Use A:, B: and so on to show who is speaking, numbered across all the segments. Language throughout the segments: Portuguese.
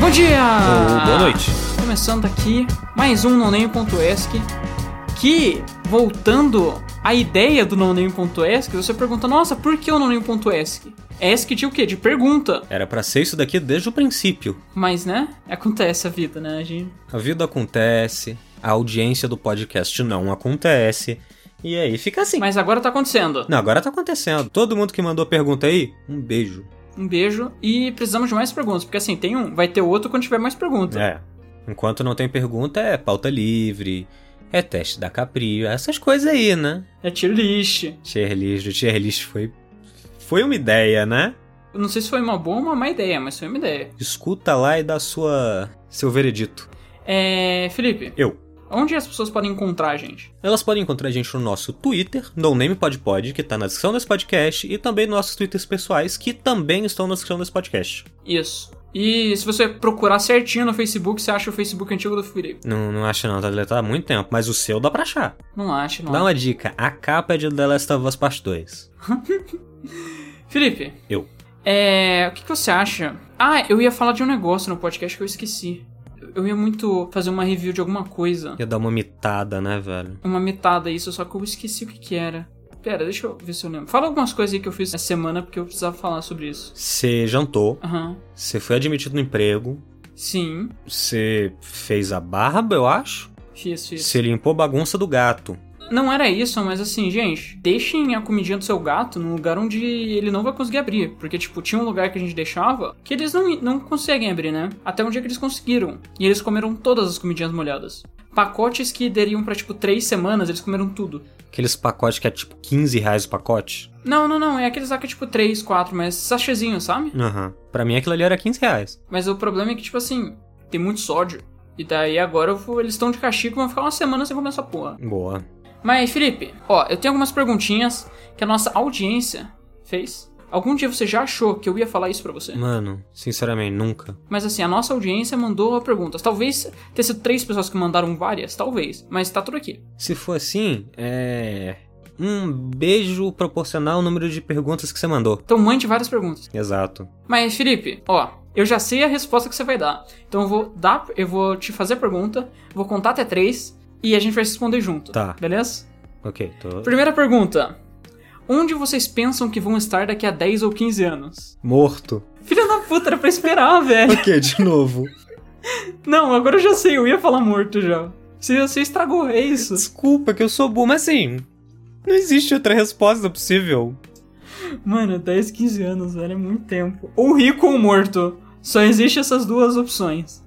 A: Bom dia!
B: Ou
A: Ah.
B: boa noite.
A: Começando aqui mais um noname.esc que, voltando à ideia do noname.esc, você pergunta, nossa, por que o noname.esc? ESC de o quê? De pergunta.
B: Era pra ser isso daqui desde o princípio.
A: Mas, né? Acontece a vida, né? A gente...
B: A vida acontece, a audiência do podcast não acontece, e aí fica assim.
A: Mas agora tá acontecendo.
B: Não, agora tá acontecendo. Todo mundo que mandou pergunta aí, um beijo.
A: Um beijo e precisamos de mais perguntas, porque assim, tem um, vai ter outro quando tiver mais perguntas.
B: É. Enquanto não tem pergunta, é pauta livre, é teste da Caprio, essas coisas aí, né?
A: É tier list.
B: Tier list, o tier list foi. Foi uma ideia, né?
A: Eu Não sei se foi uma boa ou uma má ideia, mas foi uma ideia.
B: Escuta lá e dá sua. seu veredito.
A: É. Felipe,
B: Eu.
A: onde as pessoas podem encontrar a gente?
B: Elas podem encontrar a gente no nosso Twitter, NoNamePodPod, que tá na descrição desse podcast, e também nos nossos Twitters pessoais, que também estão na descrição desse podcast.
A: Isso. E se você procurar certinho no Facebook, você acha o Facebook antigo do Felipe.
B: Não, não acho não, tá deletado há muito tempo, mas o seu dá pra achar.
A: Não acha, não.
B: Dá uma dica, a capa é de The Last of Us Part 2.
A: Felipe.
B: Eu.
A: É. O que, que você acha? Ah, eu ia falar de um negócio no podcast que eu esqueci. Eu ia muito fazer uma review de alguma coisa.
B: Ia dar uma mitada, né, velho?
A: Uma mitada isso, só que eu esqueci o que, que era. Pera, deixa eu ver se eu lembro. Fala algumas coisas aí que eu fiz essa semana, porque eu precisava falar sobre isso.
B: Você jantou,
A: Aham.
B: você foi admitido no emprego,
A: Sim.
B: você fez a barba, eu acho.
A: Fiz, fiz.
B: Você limpou a bagunça do gato.
A: Não era isso, mas assim, gente, deixem a comidinha do seu gato num lugar onde ele não vai conseguir abrir. Porque, tipo, tinha um lugar que a gente deixava que eles não, não conseguem abrir, né? Até um dia que eles conseguiram. E eles comeram todas as comidinhas molhadas. Pacotes que dariam pra, tipo, três semanas, eles comeram tudo.
B: Aqueles pacotes que é tipo 15 reais o pacote.
A: Não, não, não, é aqueles lá que é tipo três, quatro, mas sachêzinho, sabe?
B: Aham. Pra mim aquilo ali era 15 reais.
A: Mas o problema é que, tipo assim, tem muito sódio. E daí agora eu vou- eles estão de castigo e vão ficar uma semana sem comer essa porra.
B: Boa.
A: Mas, Felipe, ó, eu tenho algumas perguntinhas que a nossa audiência fez. Algum dia você já achou que eu ia falar isso pra você?
B: Mano, sinceramente, nunca.
A: Mas assim, a nossa audiência mandou perguntas. Talvez tenha sido três pessoas que mandaram várias, talvez. Mas tá tudo aqui.
B: Se for assim, é. Um beijo proporcional ao número de perguntas que você mandou.
A: Então mande várias perguntas.
B: Exato.
A: Mas, Felipe, ó, eu já sei a resposta que você vai dar. Então eu vou dar, eu vou te fazer a pergunta, vou contar até três e a gente vai responder junto.
B: Tá.
A: Beleza?
B: Ok, tô.
A: Primeira pergunta. Onde vocês pensam que vão estar daqui a 10 ou 15 anos?
B: Morto.
A: Filha da puta, era pra esperar, velho.
B: Ok, de novo.
A: Não, agora eu já sei, eu ia falar morto já. Você, você estragou, é isso.
B: Desculpa que eu sou burro, mas assim. Não existe outra resposta possível.
A: Mano, 10, 15 anos, velho, é muito tempo. Ou rico ou morto. Só existe essas duas opções.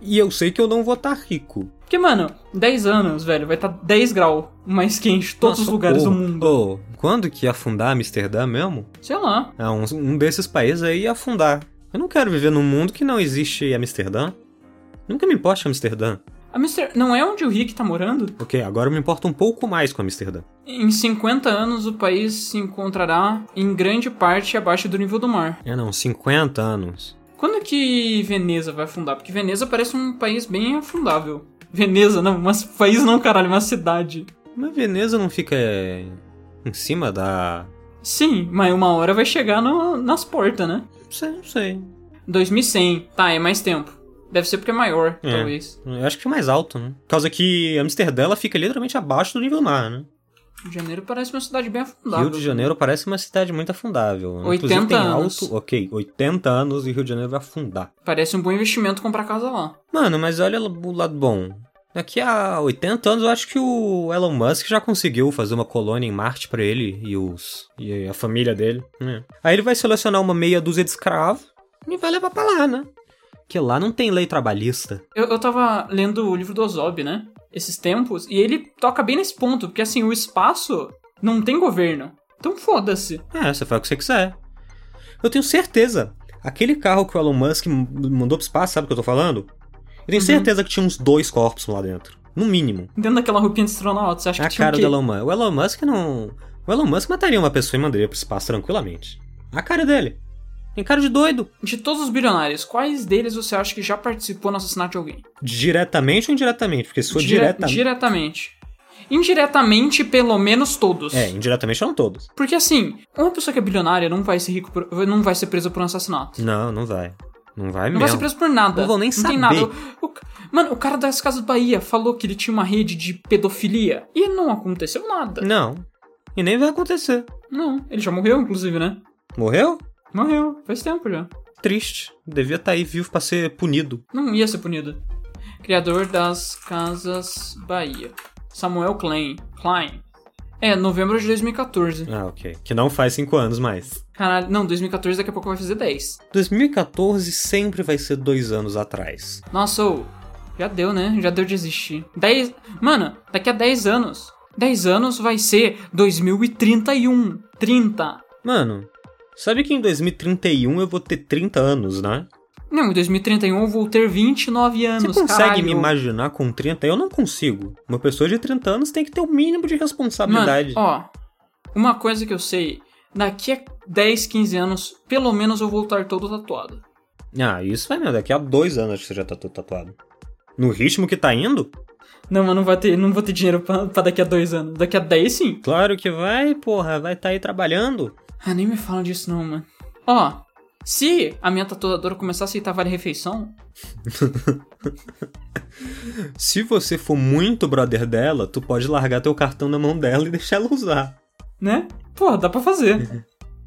B: E eu sei que eu não vou estar rico.
A: Porque, mano, 10 anos, velho, vai estar 10 graus mais quente todos
B: Nossa,
A: os lugares do
B: porra.
A: mundo.
B: Ô, quando que ia afundar Amsterdã mesmo?
A: Sei lá.
B: Ah, um, um desses países aí ia afundar. Eu não quero viver num mundo que não existe Amsterdã. Nunca me importe Amsterdã.
A: A Mister... Não é onde o Rick tá morando?
B: Ok, agora eu me importo um pouco mais com Amsterdã.
A: Em 50 anos, o país se encontrará em grande parte abaixo do nível do mar.
B: É não, 50 anos.
A: Quando que Veneza vai afundar? Porque Veneza parece um país bem afundável. Veneza, não, mas país não, caralho, uma cidade.
B: Mas Veneza não fica é, em cima da.
A: Sim, mas uma hora vai chegar no- nas portas, né?
B: Não sei, não sei.
A: 2100. Tá, é mais tempo. Deve ser porque é maior,
B: É.
A: talvez.
B: Eu acho que é mais alto, né? Por causa que Amsterdã ela fica literalmente abaixo do nível do mar, né?
A: Rio de Janeiro parece uma cidade bem afundável.
B: Rio de Janeiro parece uma cidade muito afundável. Inclusive
A: 80
B: tem
A: anos.
B: alto. Ok, 80 anos e Rio de Janeiro vai afundar.
A: Parece um bom investimento comprar casa lá.
B: Mano, mas olha o lado bom. Daqui a 80 anos eu acho que o Elon Musk já conseguiu fazer uma colônia em Marte pra ele e os e a família dele. né? Aí ele vai selecionar uma meia dúzia de escravos e vai levar pra lá, né? Que lá não tem lei trabalhista.
A: Eu, eu tava lendo o livro do Ozob, né? Esses tempos. E ele toca bem nesse ponto. Porque, assim, o espaço não tem governo. Então foda-se.
B: É, você faz o que você quiser. Eu tenho certeza. Aquele carro que o Elon Musk m- mandou pro espaço, sabe o que eu tô falando? Eu tenho
A: Uhum.
B: certeza que tinha uns dois corpos lá dentro. No mínimo.
A: Dentro daquela roupinha de astronauta, você acha
B: É a
A: que tinha
B: cara
A: o
B: do
A: quê?
B: Elon Musk. O Elon Musk não. O Elon Musk mataria uma pessoa e mandaria pro espaço tranquilamente. A cara dele. Tem cara de doido.
A: De todos os bilionários, quais deles você acha que já participou no assassinato de alguém?
B: Diretamente ou indiretamente? Porque se for
A: Dire-
B: diretamente.
A: Diretamente. Indiretamente, pelo menos todos.
B: É, indiretamente não todos.
A: Porque assim, uma pessoa que é bilionária não vai ser rico por- não vai ser presa por um assassinato.
B: Não, não vai. Não vai
A: Não
B: mesmo.
A: vai ser preso por nada.
B: Não vão nem
A: Tem
B: saber.
A: nada. O- o- mano, o cara das Casas Bahia falou que ele tinha uma rede de pedofilia e não aconteceu nada.
B: Não. E nem vai acontecer.
A: Não, ele já morreu, inclusive, né?
B: Morreu?
A: Morreu, faz tempo já.
B: Triste. Devia estar aí vivo pra ser punido.
A: Não ia ser punido. Criador das Casas Bahia. Samuel Klein. Klein. É, novembro de 2014.
B: Ah, ok. Que não faz cinco anos mais.
A: Caralho, não, 2014 daqui a pouco vai fazer 10.
B: 2014 sempre vai ser dois anos atrás.
A: Nossa, ô, já deu, né? Já deu de existir. 10. Mano, daqui a 10 anos. 10 anos vai ser 2031. 30.
B: Mano, sabe que em 2031 eu vou ter 30 anos, né?
A: Não, em 2031 eu vou ter 29 anos.
B: Você consegue
A: caralho.
B: me Tipo um imaginar com 30? Eu não consigo. Uma pessoa de 30 anos tem que ter o mínimo de responsabilidade.
A: Mano, ó, uma coisa que eu sei, daqui a 10, 15 anos, pelo menos eu vou estar todo tatuado.
B: Ah, isso vai mesmo. Daqui a dois anos acho que você já tá todo tatuado. No ritmo que tá indo?
A: Não, mas não vai ter, não vou ter dinheiro pra, pra daqui a 2 anos. Daqui a 10, sim.
B: Claro que vai, porra. Vai tá aí trabalhando.
A: Ah, nem me fala disso não, mano. Ó, se a minha tatuadora começar a aceitar vale refeição,
B: Se você for muito brother dela, tu pode largar teu cartão na mão dela e deixar ela usar.
A: né? Pô, dá pra fazer.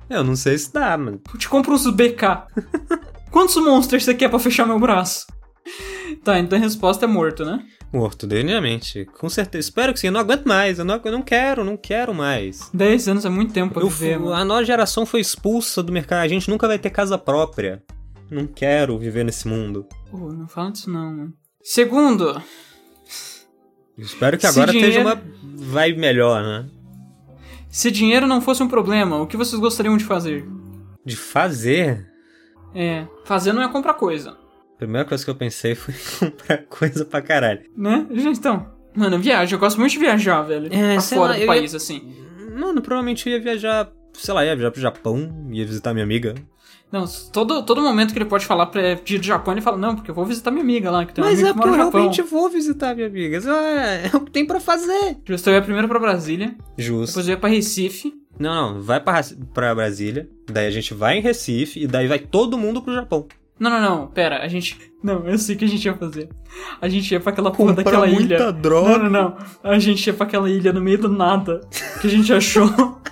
B: Eu não sei se dá, mano.
A: Eu te compro uns BK. Quantos monsters você quer pra fechar meu braço? Tá, então a resposta é morto, né?
B: Morto, definitivamente. Com certeza. Espero que sim. Eu não aguento mais. Eu não, eu não quero, não quero mais.
A: 10 anos é muito tempo pra
B: Eu
A: viver,
B: fu-
A: mano.
B: a nossa geração foi expulsa do mercado. A gente nunca vai ter casa própria. Não quero viver nesse mundo.
A: Pô, não fala disso não, mano. Segundo,
B: Espero que
A: Se
B: agora
A: dinheiro-
B: esteja uma vibe melhor, né?
A: se dinheiro não fosse um problema, o que vocês gostariam de fazer?
B: De fazer.
A: É, fazer não é comprar coisa,
B: A primeira coisa que eu pensei foi comprar coisa pra caralho.
A: né? Gente, então, mano, viagem, eu gosto muito de viajar, velho.
B: É,
A: pra
B: sei
A: fora
B: lá,
A: do
B: eu
A: país, assim.
B: Mano, provavelmente eu ia viajar. Sei lá, ia viajar pro Japão, ia visitar minha amiga.
A: Não, todo, todo momento que ele pode falar pra dia do Japão, ele fala, não, porque eu vou visitar minha amiga lá, que tem uma
B: Mas
A: amiga
B: é
A: que
B: porque
A: mora no
B: eu
A: Japão.
B: realmente vou visitar minha amiga. Isso É, é o que tem pra fazer.
A: Justo, eu ia primeiro pra Brasília,
B: Justo.
A: depois eu ia pra Recife.
B: Não, não, vai pra, Raci- pra Brasília, daí a gente vai em Recife e daí vai todo mundo pro Japão.
A: Não, não, não, pera, a gente... Não, eu sei o que a gente ia fazer. A gente ia pra aquela porra daquela ilha. Não, não, não. A gente ia pra aquela ilha no meio do nada, que a gente achou.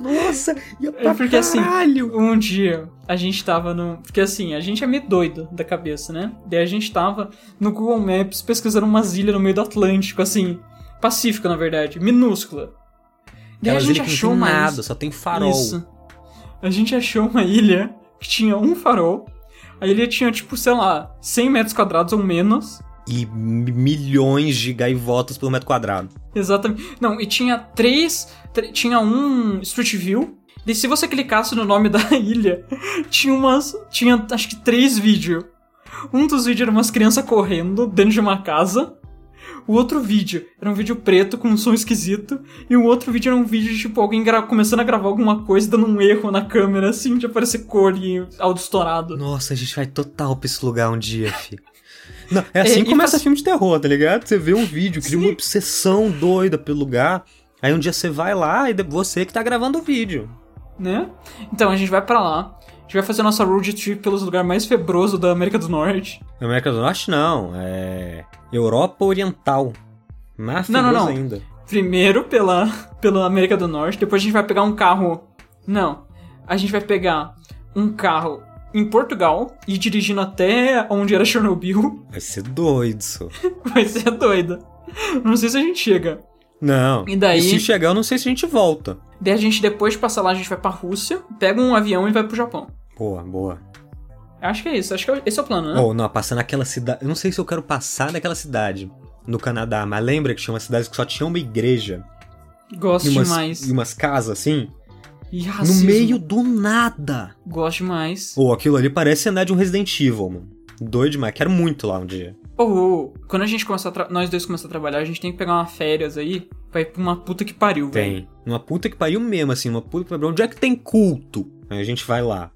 B: Nossa, ia pra
A: É porque assim-
B: caralho.
A: Um dia, a gente tava no... Porque assim, a gente é meio doido da cabeça, né? Daí a gente tava no Google Maps pesquisando umas ilhas no meio do Atlântico, assim... Pacífico, na verdade, minúscula. Daí a
B: Aquelas
A: gente
B: ilhas que
A: achou
B: não tem
A: uma
B: nada, só tem farol.
A: Isso. A gente achou uma ilha que tinha um farol. A ilha tinha, tipo, sei lá, 100 metros quadrados ou menos.
B: E mi- milhões de gaivotas por metro quadrado.
A: Exatamente. Não, e tinha três. tr- tinha um Street View. E se você clicasse no nome da ilha, tinha umas. Tinha acho que três vídeos. Um dos vídeos era umas crianças correndo dentro de uma casa. O outro vídeo era um vídeo preto com um som esquisito. E o outro vídeo era um vídeo de tipo alguém gra- começando a gravar alguma coisa, dando um erro na câmera, assim, de aparecer cor e áudio estourado.
B: Nossa, a gente vai total pra esse lugar um dia, fi. Não, é assim
A: É, e
B: que começa
A: faz-
B: filme de terror, tá ligado? Você vê um vídeo, cria uma
A: Sim.
B: obsessão doida pelo lugar. Aí um dia você vai lá e de- você que tá gravando o vídeo.
A: né? Então a gente vai pra lá. A gente vai fazer nossa road trip pelos lugares mais febrosos da América do Norte.
B: América do Norte não, é Europa Oriental. Mais
A: Não,
B: não,
A: não, não.
B: ainda.
A: Primeiro pela, pela América do Norte, depois a gente vai pegar um carro. Não. A gente vai pegar um carro em Portugal e ir dirigindo até onde era Chernobyl.
B: Vai ser doido isso.
A: Vai ser doida. Não sei se a gente chega.
B: Não.
A: E daí?
B: se chegar, eu não sei se a gente volta.
A: Daí a gente, depois de passar lá, a gente vai pra Rússia, pega um avião e vai pro Japão.
B: Boa, boa.
A: Acho que é isso, acho que é- esse é o plano, né?
B: Ou não, passar naquela cidade. Eu não sei se eu quero passar naquela cidade no Canadá, mas lembra que tinha uma cidade que só tinha uma igreja
A: Gosto
B: e umas,
A: demais.
B: e umas casas assim?
A: E
B: No
A: racismo.
B: meio do nada.
A: Gosto demais.
B: Ou aquilo ali parece andar de um Resident Evil, mano. Doido demais, quero muito lá um dia.
A: Ô, ô, quando a gente começar a tra- nós dois começar a trabalhar, a gente tem que pegar uma férias aí pra ir pra uma puta que pariu, velho.
B: Tem. Uma puta que pariu mesmo, assim, uma puta que pariu. Onde é que tem culto? Aí a gente vai lá.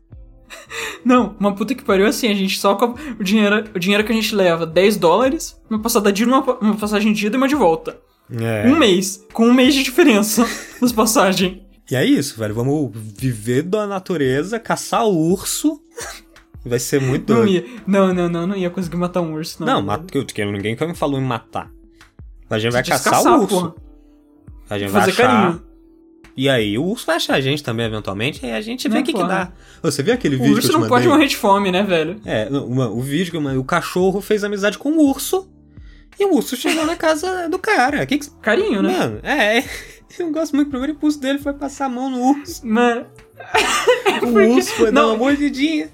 A: Não, uma puta que pariu assim, a gente só com o dinheiro, o dinheiro que a gente leva, 10 dólares, uma passada de ida, uma, pa- uma passagem de ida e uma de volta.
B: É.
A: Um mês, com um mês de diferença nas passagens.
B: E é isso, velho. Vamos viver da natureza, caçar urso Vai ser muito
A: Não
B: doido.
A: ia. Não, não, não, não ia conseguir matar um urso, não.
B: Não, mata, que- que ninguém que me falou em matar. A gente vai
A: Precisa
B: caçar
A: caçar,
B: o urso.
A: porra.
B: A gente vai
A: Fazer
B: achar.
A: carinho.
B: E aí, o urso vai achar a gente também, eventualmente, e aí a gente vê
A: Né,
B: o que, que
A: claro.
B: dá. Você viu aquele
A: O
B: vídeo
A: urso
B: que eu te
A: não pode
B: mandei?
A: morrer de fome, né, velho?
B: É, uma- o vídeo que eu mandei, o cachorro fez amizade com o urso, e o urso chegou na casa do cara. Que que...
A: Carinho, né?
B: Mano, é, eu gosto muito, o primeiro impulso dele foi passar a mão no urso.
A: Mano,
B: O
A: Porque-
B: urso foi dar um
A: Não.
B: uma mordidinha.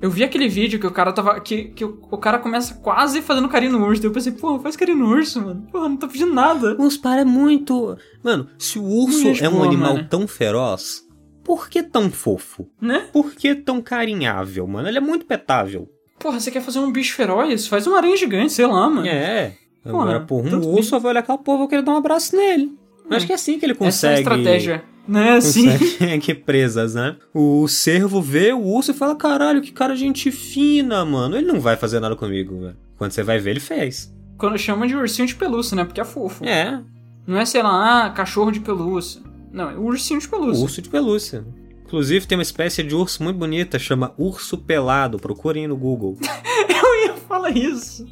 A: eu vi aquele vídeo que o cara tava. Que, que o, o cara começa quase fazendo carinho no urso. Daí eu pensei, porra, faz carinho no urso, mano. Porra, não tá pedindo nada.
B: O urso para muito... Mano, se o urso
A: Não né? ia
B: é um
A: explorar,
B: animal
A: mano.
B: tão feroz, por que tão fofo?
A: Né?
B: Por que tão carinhável, mano? Ele é muito petável.
A: Porra, você quer fazer um bicho feroz? Faz uma aranha gigante, sei lá, mano.
B: É.
A: Porra,
B: Agora, por um
A: tanto
B: urso, eu vou olhar aquela porra, eu vou querer dar um abraço nele. Eu Acho que é assim que ele
A: Essa é a
B: consegue.
A: estratégia. Né, sim.
B: Consegue presas, né? O cervo vê o urso e fala: caralho, que cara gente fina, mano. Ele não vai fazer nada comigo, velho. Quando você vai ver, ele fez.
A: Quando chama de ursinho de pelúcia, né? Porque é fofo.
B: É,
A: Não é, sei lá, ah, cachorro de pelúcia. Não, é ursinho de pelúcia.
B: urso de pelúcia. Inclusive, tem uma espécie de urso muito bonita, chama urso pelado. Procurem no Google.
A: Eu ia falar isso.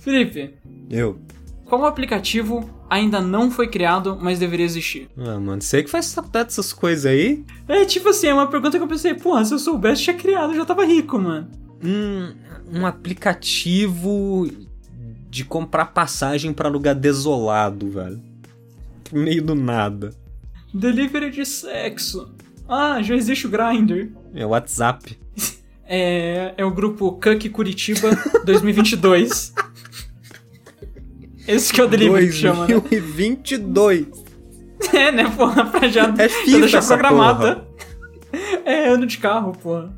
A: Felipe,
B: Eu.
A: qual aplicativo ainda não foi criado, mas deveria existir?
B: Ah, mano, sei que faz saudade dessas coisas aí.
A: É tipo assim, é uma pergunta que eu pensei, porra, se eu soubesse, tinha criado, eu já tava rico, mano.
B: um, um aplicativo de comprar passagem pra lugar desolado, velho. No meio do nada.
A: Delivery de sexo. Ah, já existe o Grindr.
B: É o WhatsApp.
A: É, é o grupo Cuck Curitiba 2022. Esse que é o delivery que chama, né?
B: 2022.
A: É, né, porra, pra já, já
B: É FIFA
A: deixar
B: essa
A: programada. É ano de carro, porra.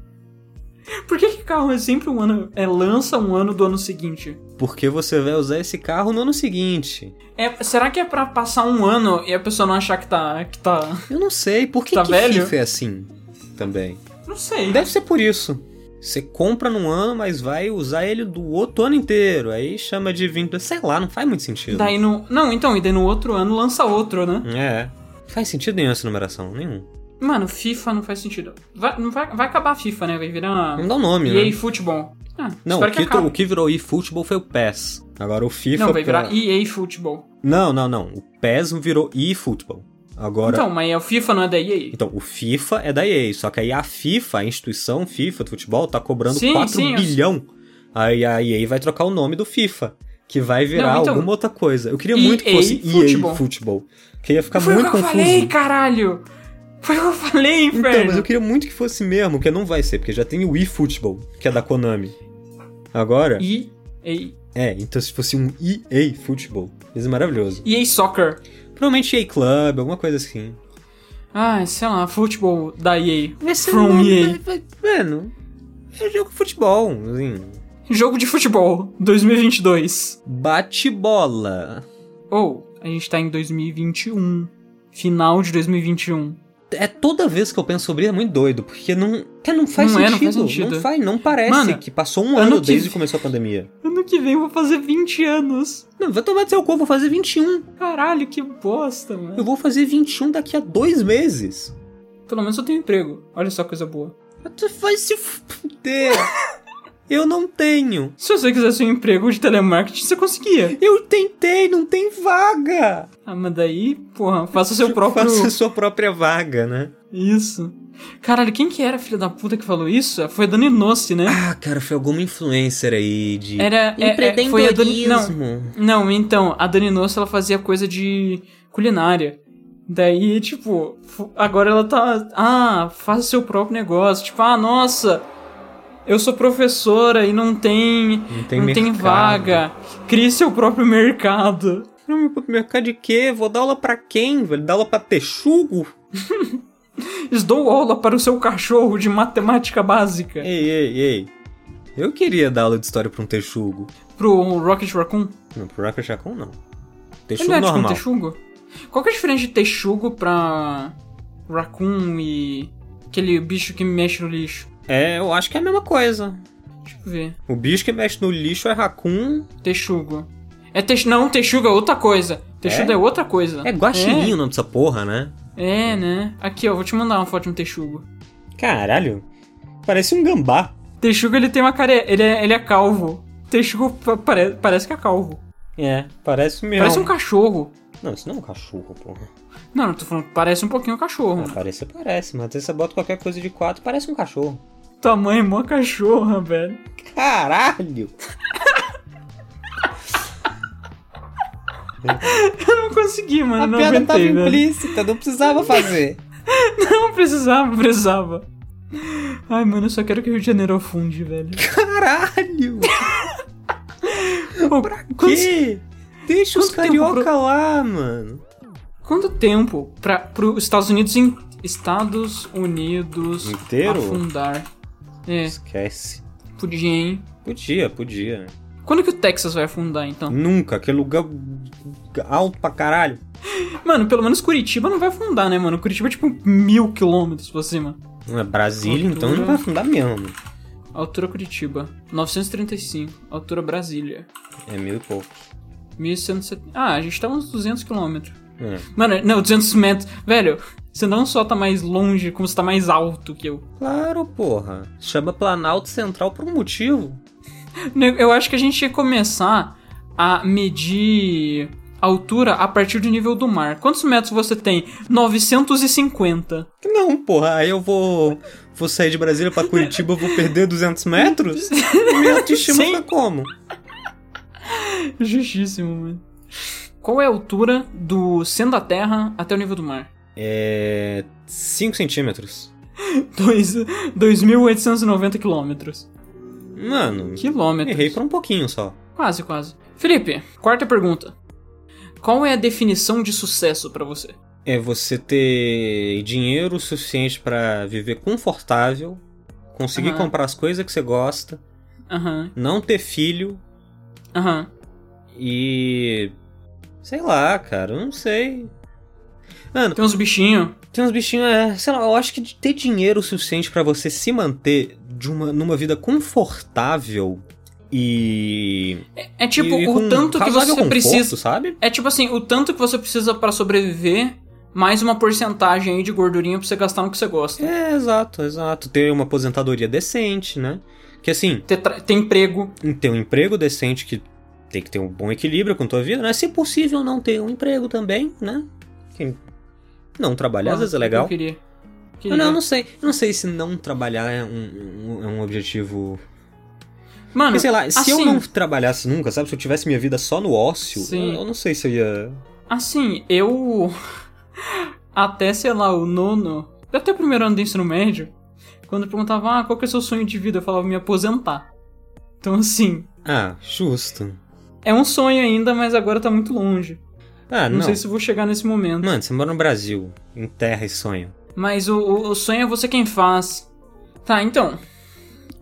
A: Por que, que carro é sempre um ano. É, lança um ano do ano seguinte?
B: Porque você vai usar esse carro no ano seguinte.
A: É, será que é pra passar um ano e a pessoa não achar que tá. que tá.
B: Eu não sei. Por que,
A: Tá
B: que
A: velho?
B: FIFA é assim também?
A: Não sei.
B: Deve ser por isso. Você compra num ano, mas vai usar ele do outro ano inteiro. Aí chama de 20. Sei lá, não faz muito sentido.
A: Daí no. Não, então, e daí no outro ano lança outro, né?
B: É. Faz sentido nenhum essa numeração, nenhum.
A: Mano, FIFA não faz sentido. Vai, não vai, vai acabar a FIFA, né? Vai virar.
B: Não dá o nome, né?
A: EA Futebol. Ah,
B: Não,
A: espero
B: o
A: que
B: que, tu-
A: acabe.
B: o que virou eFootball foi o PES. Agora o FIFA.
A: Não, vai
B: pra-
A: virar EA Futebol.
B: Não, não, não. O PES virou eFootball. Agora. Então...
A: Então, mas é o FIFA não é da EA?
B: o FIFA é da EA, só que aí a FIFA, a instituição FIFA do futebol, tá cobrando
A: Sim,
B: 4
A: sim, eu-
B: bilhão. Aí a EA vai trocar o nome do FIFA, que vai virar
A: Não, então-
B: alguma outra coisa. Eu queria
A: EA
B: muito que fosse EA
A: Futebol.
B: Futebol, que ia ficar
A: Foi
B: muito
A: o que eu
B: confuso.
A: falei, caralho! Foi o que eu falei,
B: Então,
A: velho!
B: mas eu queria muito que fosse mesmo, que não vai ser, porque já tem o eFootball, que é da Konami. Agora,
A: E EA,
B: é, então se fosse um EA Futebol, ia ser maravilhoso.
A: EA Soccer.
B: Provavelmente EA Club, alguma coisa assim.
A: Ah, sei lá, futebol da EA.
B: Vai ser
A: From
B: um-
A: EA.
B: vai- vai- Mano, é jogo de futebol, assim.
A: Jogo de futebol 2022.
B: Bate bola.
A: Ou, a gente tá em 2021. Final de 2021.
B: É toda vez que eu penso sobre isso, é muito doido, porque não, que não, faz,
A: Não é,
B: sentido,
A: não faz sentido.
B: Não faz, não parece
A: Mano,
B: que passou um
A: ano
B: ano
A: que-
B: desde que começou a pandemia.
A: Ano que vem eu vou fazer 20 anos.
B: Não, vai tomar do seu corpo, vou fazer 21.
A: Caralho, que bosta, mano.
B: Eu vou fazer 21 daqui a dois meses.
A: Pelo menos eu tenho emprego. Olha só que coisa boa.
B: Tu vai se fuder. eu não tenho.
A: Se você quisesse um emprego de telemarketing, você conseguia.
B: Eu tentei, não tem vaga.
A: Ah, mas daí, porra, faça seu próprio.
B: Tipo, Faça sua própria vaga, né?
A: Isso. Caralho, quem que era, filha da puta, que falou isso? Foi a Dani Nossi, né?
B: Ah, cara, foi alguma influencer aí de.
A: Era. é- é- foi a Dani. Não, não, então, a Dani Nossi, ela fazia coisa de culinária. Daí, tipo, fu- agora ela tá. Ah, faça seu próprio negócio. Tipo, ah, nossa, eu sou professora e não tem.
B: Não tem,
A: não tem
B: mercado.
A: vaga. Crie seu próprio mercado.
B: Não, meu puto, mercado de quê? Vou dar aula pra quem, velho? Dar aula pra texugo?
A: Eles dou aula para o seu cachorro de matemática básica.
B: Ei, ei, ei. Eu queria dar aula de história pra um texugo.
A: Pro Rocket Raccoon.
B: Não, pro Rocket Chacon não.
A: Ele
B: Texugo
A: não é tipo um
B: normal.
A: texugo? Qual que é a diferença de texugo pra raccoon e aquele bicho que mexe no lixo?
B: É, eu acho que é a mesma coisa.
A: Deixa eu ver.
B: O bicho que mexe no lixo é racun.
A: Texugo. É tex... Não, texugo é outra coisa. Texugo
B: É?
A: é, outra coisa.
B: É guaxininho o nome dessa porra, né?
A: É, é, né? Aqui, ó, vou te mandar uma foto de um texugo.
B: Caralho. Parece um gambá.
A: Texugo, ele tem uma care... ele, é, ele é calvo. Texugo pa- pare... parece que é calvo.
B: É, parece mesmo.
A: Parece um cachorro.
B: Não, isso não é um cachorro, porra.
A: Não, não tô falando, parece um pouquinho um cachorro.
B: Ah, parece, parece, mas às vezes você bota qualquer coisa de quatro, parece um cachorro.
A: Tamanho mó cachorra, velho.
B: Caralho!
A: Eu não consegui, mano.
B: A
A: Ah, não
B: piada tava
A: aguentei, velho.
B: implícita, não precisava fazer.
A: Não precisava, precisava. Ai, mano, eu só quero que o Rio de Janeiro afunde, velho.
B: Caralho!
A: Pô, quantos-
B: Que? Deixa os
A: quanto tempo
B: carioca
A: pro-
B: lá, mano.
A: Quanto tempo para os Estados Unidos em Estados Unidos
B: Inteiro?
A: afundar? É,
B: Esquece.
A: podia, hein?
B: Podia, podia.
A: Quando que o Texas vai afundar, então?
B: Nunca, aquele lugar alto pra caralho.
A: Mano, pelo menos Curitiba não vai afundar, né, mano? Curitiba é tipo mil quilômetros pra cima.
B: Não é Brasília,
A: Altura.
B: então não vai afundar mesmo.
A: Altura Curitiba, 935. Altura Brasília,
B: É mil e pouco.
A: 1170. Ah, a gente tá uns 200 quilômetros.
B: É.
A: Mano, não, 200 metros. Velho, você não só tá mais longe, como você tá mais alto que eu.
B: Claro, porra. Chama Planalto Central por um motivo.
A: Ne- Eu acho que a gente ia começar a medir a altura a partir do nível do mar. Quantos metros você tem? 950.
B: Não, porra, aí eu vou, vou sair de Brasília pra Curitiba, eu vou perder 200 metros? Minha autoestima
A: Sim.
B: fica como?
A: Justíssimo, mano. Qual é a altura do centro da Terra até o nível do mar?
B: É. 5 centímetros.
A: Dois- 2.890 quilômetros.
B: Mano,
A: Quilômetros.
B: errei por um pouquinho só.
A: Quase, quase. Felipe, quarta pergunta. Qual é a definição de sucesso pra você?
B: É você ter dinheiro suficiente pra viver confortável, conseguir
A: Aham.
B: comprar as coisas que você gosta,
A: Aham,
B: não ter filho
A: aham.
B: e. Sei lá, cara, eu não sei. Mano,
A: Tem uns bichinhos.
B: Tem uns bichinhos, é, sei lá, eu acho que de ter dinheiro suficiente pra você se manter de uma, numa vida confortável e.
A: É tipo
B: e- e com
A: o tanto que
B: razoável
A: você
B: conforto,
A: precisa.
B: sabe?
A: É tipo assim, o tanto que você precisa pra sobreviver, mais uma porcentagem aí de gordurinha pra você gastar no que você gosta.
B: É, exato, exato. Ter uma aposentadoria decente, né? Que assim,
A: Ter, tra- ter emprego.
B: ter um emprego decente que tem que ter um bom equilíbrio com a tua vida, né? Se possível, não ter um emprego também, né? Quem não trabalhar, às
A: Pô,
B: vezes é legal.
A: Ah, Eu queria.
B: Eu
A: Queria.
B: não, eu não sei. Eu não sei se não trabalhar é um- um- é um objetivo
A: Mano,
B: Porque, sei lá, se eu
A: assim-
B: não trabalhasse nunca, sabe? Se eu tivesse minha vida só no ócio,
A: Sim.
B: eu, eu não sei se eu ia.
A: assim, eu. Até, sei lá, o nono. Até o primeiro ano do ensino médio. Quando perguntava, ah, qual que é o seu sonho de vida? Eu falava, me aposentar. Então, assim.
B: Ah, justo.
A: É um sonho ainda, mas agora tá muito longe.
B: Ah,
A: não,
B: não.
A: sei se eu vou chegar nesse momento.
B: Mano, você mora no Brasil, em terra e sonho.
A: Mas o, o- o sonho é você quem faz. Tá, então.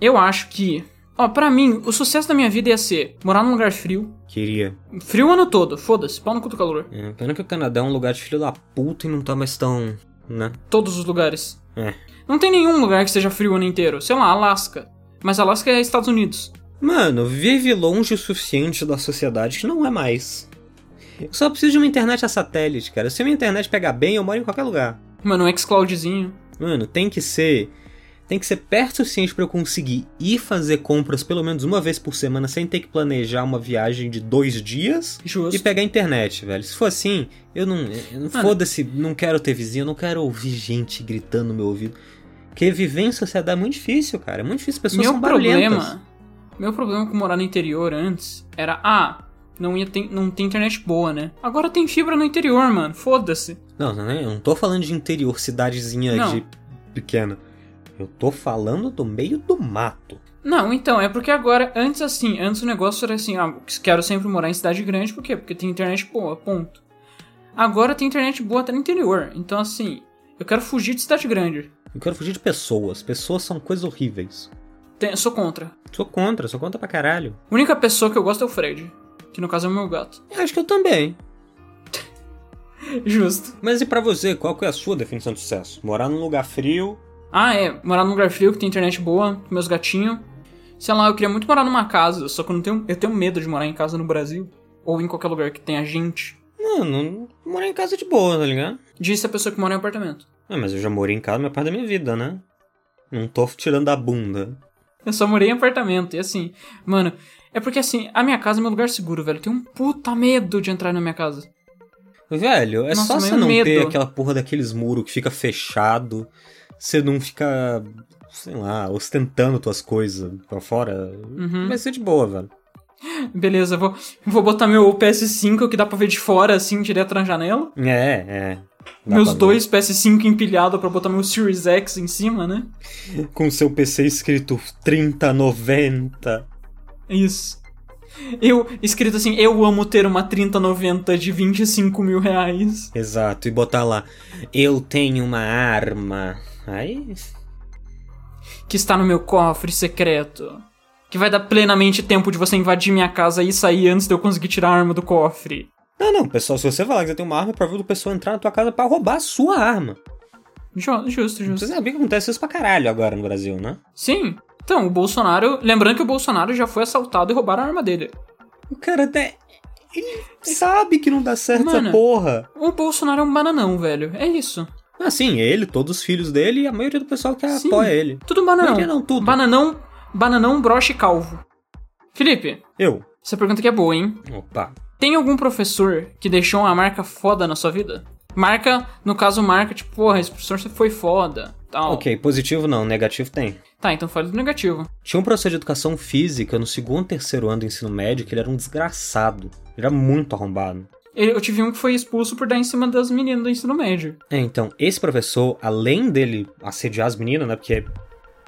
A: Eu acho que. Ó, pra mim, o sucesso da minha vida ia ser morar num lugar frio.
B: Queria.
A: Frio o ano todo, foda-se, pau no cu do calor.
B: É, pena que o Canadá é um lugar de filho da puta e não tá mais tão. né?
A: Todos os lugares.
B: É.
A: Não tem nenhum lugar que seja frio o ano inteiro. Sei lá, Alasca. Mas Alasca é Estados Unidos.
B: Mano, vive longe o suficiente da sociedade que não é mais. Eu só preciso de uma internet a satélite, cara. Se minha internet pegar bem, eu moro em qualquer lugar.
A: Mano, um xCloudzinho.
B: Mano, tem que ser. Tem que ser perto o suficiente pra eu conseguir ir fazer compras pelo menos uma vez por semana sem ter que planejar uma viagem de dois dias
A: Justo.
B: e pegar internet, velho. Se for assim, eu não. eu não-
A: Mano.
B: Foda-se, não quero ter vizinho, eu não quero ouvir gente gritando no meu ouvido. Porque viver em sociedade é muito difícil, cara. É muito difícil, as pessoas
A: Meu
B: são barulhentas.
A: problema. Meu problema com morar no interior antes era, ah, não, ia ter, não tem internet boa, né? Agora tem fibra no interior, mano. Foda-se.
B: Não, não, é- eu não tô falando de interior, cidadezinha
A: Não.
B: de pequena. Eu tô falando do meio do mato.
A: Não, então, é porque agora, antes assim, antes o negócio era assim, ah, quero sempre morar em cidade grande, por quê? Porque tem internet boa, ponto. Agora tem internet boa até no interior, então assim, eu quero fugir de cidade grande.
B: Eu quero fugir de pessoas. Pessoas são coisas horríveis.
A: Tem- sou contra.
B: Sou contra, sou contra pra caralho.
A: A única pessoa que eu gosto é o Fred, que no caso é o meu gato.
B: Eu acho que eu também.
A: Justo.
B: Mas e pra você, qual que é a sua definição de sucesso? Morar num lugar frio?
A: Ah, é, morar num lugar frio que tem internet boa, com meus gatinhos. Sei lá, eu queria muito morar numa casa, só que eu, não tenho, eu tenho medo de morar em casa no Brasil, ou em qualquer lugar que tenha gente.
B: Mano, morar em casa de boa, tá ligado?
A: Disse a pessoa que mora em apartamento.
B: Ah, mas eu já morei em casa a maior parte da minha vida, né? Não tô tirando da bunda.
A: Eu só morei em apartamento. E assim, mano, é porque assim, a minha casa é meu lugar seguro, velho. Eu tenho um puta medo de entrar na minha casa.
B: Velho, é
A: Nossa,
B: só
A: mas
B: você
A: eu
B: não
A: medo.
B: ter aquela porra daqueles muros que fica fechado, você não fica, sei lá, ostentando tuas coisas pra fora.
A: Uhum.
B: Vai ser de boa, velho.
A: Beleza, vou, vou botar meu PS5 que dá pra ver de fora, assim, direto na janela.
B: É, é. Dá pra
A: Meus
B: ver.
A: dois PS5 empilhado pra botar meu Series X em cima, né?
B: Com seu PC escrito 3090.
A: É Isso. Eu, escrito assim, eu amo ter uma 3090 de 25 mil reais.
B: Exato, e botar lá, eu tenho uma arma. Aí.
A: que está no meu cofre secreto. Que vai dar plenamente tempo de você invadir minha casa e sair antes de eu conseguir tirar a arma do cofre.
B: Não, não, pessoal, se você falar que você tem uma arma, é provável do pessoal entrar na tua casa pra roubar a sua arma.
A: Ju- Justo,
B: Você
A: justo.
B: sabia que acontece isso pra caralho agora no Brasil, né?
A: Sim. Então, o Bolsonaro. Lembrando que o Bolsonaro já foi assaltado e roubaram a arma dele.
B: O cara até. Ele sabe que não dá certo essa
A: Mano.
B: porra.
A: O Bolsonaro é um bananão, velho. É isso.
B: Assim, ele, todos os filhos dele e a maioria do pessoal que
A: Sim.
B: apoia ele.
A: Tudo um bananão.
B: Maioria não, tudo.
A: Bananão, bananão, broche e calvo. Felipe,
B: Eu.
A: essa pergunta aqui é boa, hein?
B: Opa.
A: Tem algum professor que deixou uma marca foda na sua vida? Marca, no caso, marca, tipo, porra, esse professor foi foda. Tal.
B: Ok, positivo não, negativo tem.
A: Tá, então fale do negativo.
B: Tinha um professor de educação física no segundo terceiro ano do ensino médio que ele era um desgraçado. Ele era muito arrombado.
A: Eu eu tive um que foi expulso por dar em cima das meninas do ensino médio.
B: É, então, esse professor, além dele assediar as meninas, né? Porque.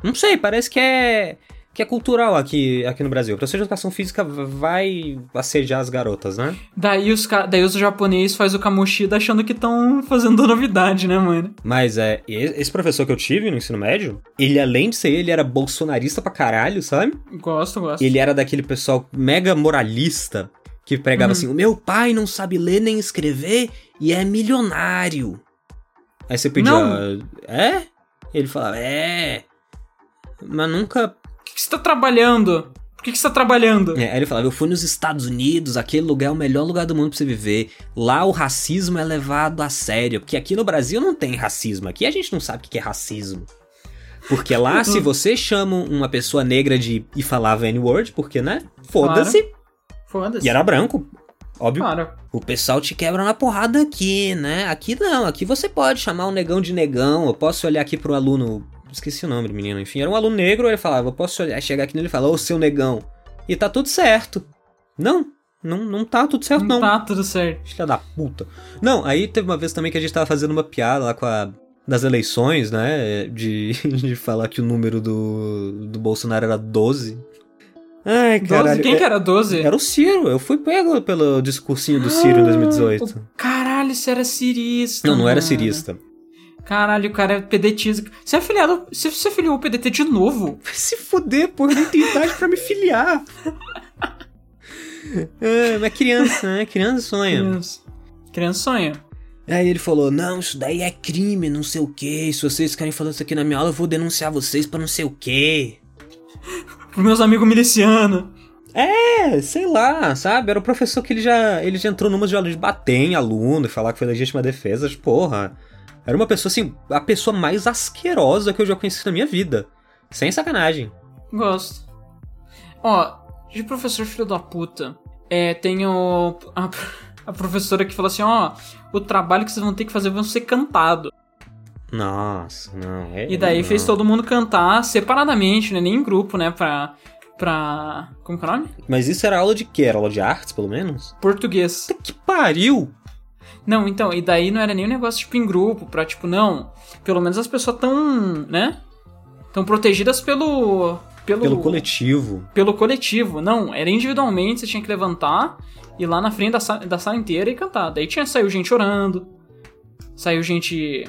B: Não sei, parece que é. Que é cultural aqui, aqui no Brasil. O professor de educação física v- vai assediar as garotas, né?
A: Daí os, ca- daí os japoneses faz o Kamoshida achando que estão fazendo novidade, né, mano?
B: Mas é, e- esse professor que eu tive no ensino médio, ele além de ser ele, era bolsonarista pra caralho, sabe?
A: Gosto, gosto.
B: Ele é- era daquele pessoal mega moralista que pregava
A: Uhum.
B: assim: o meu pai não sabe ler nem escrever e é milionário. Aí você pedia.
A: Não.
B: É? Ele falava, é. Mas nunca.
A: Por que que você tá trabalhando? Por que que você tá trabalhando?
B: É, aí ele falava, eu fui nos Estados Unidos, aquele lugar é o melhor lugar do mundo pra você viver. Lá o racismo é levado a sério. Porque aqui no Brasil não tem racismo. Aqui a gente não sabe o que que é racismo. Porque lá, se você chama uma pessoa negra de e falava N-word, porque, né? Foda-se.
A: Foda-se.
B: E era branco. Óbvio.
A: Para.
B: O pessoal te quebra na porrada aqui, né? Aqui não, aqui você pode chamar o negão de negão. Eu posso olhar aqui pro aluno. Esqueci o nome do menino, enfim. Era um aluno negro, ele falava, eu posso olhar, chegar aqui nele e falar, ô seu negão. E tá tudo certo. Não, não, não tá tudo certo, não.
A: Não tá tudo certo.
B: Filha da puta. Não, aí teve uma vez também que a gente tava fazendo uma piada lá com a. Das eleições, né? De, de falar que o número do, do Bolsonaro era 12.
A: 12?
B: Ai, caralho. é-
A: Quem que era 12?
B: Era o Ciro. Eu fui pego pelo discursinho do Ciro em 2018.
A: Ah, Caralho, você era cirista.
B: Não, não era
A: mano.
B: cirista.
A: Caralho, o cara é pedetista. Você é afiliado. Você, você afiliou o PDT de novo?
B: Vai se fuder, porra. Eu nem tenho idade pra me filiar. É, mas criança, né? Criança sonha.
A: Criança. Criança sonha.
B: É. Aí ele falou: Não, isso daí é crime, não sei o que. Se vocês ficarem falando isso aqui na minha aula, eu vou denunciar vocês pra não sei o que.
A: Pros meus amigos milicianos.
B: É, sei lá, sabe? Era o professor que ele já, ele já entrou numa de aula de bater em aluno e falar que foi legítima defesa. Porra. Era uma pessoa assim, a pessoa mais asquerosa que eu já conheci na minha vida. Sem sacanagem.
A: Gosto. Ó, de professor filho da puta, é, tem o, a, a professora que fala assim, ó, o trabalho que vocês vão ter que fazer vão ser cantado.
B: Nossa, não. é-
A: E daí
B: não.
A: fez todo mundo cantar separadamente, né, nem em grupo, né, pra... pra... como que é o nome?
B: Mas isso era aula de quê? Era aula de artes, pelo menos?
A: Português.
B: Puta que pariu!
A: Não, então, e daí não era nem um negócio, tipo, em grupo, pra, tipo, não, pelo menos as pessoas tão, né, tão protegidas pelo... Pelo,
B: Pelo coletivo.
A: pelo coletivo. Não, era individualmente, você tinha que levantar, ir lá na frente da sala, da sala inteira e cantar. Daí tinha, saiu gente orando, saiu gente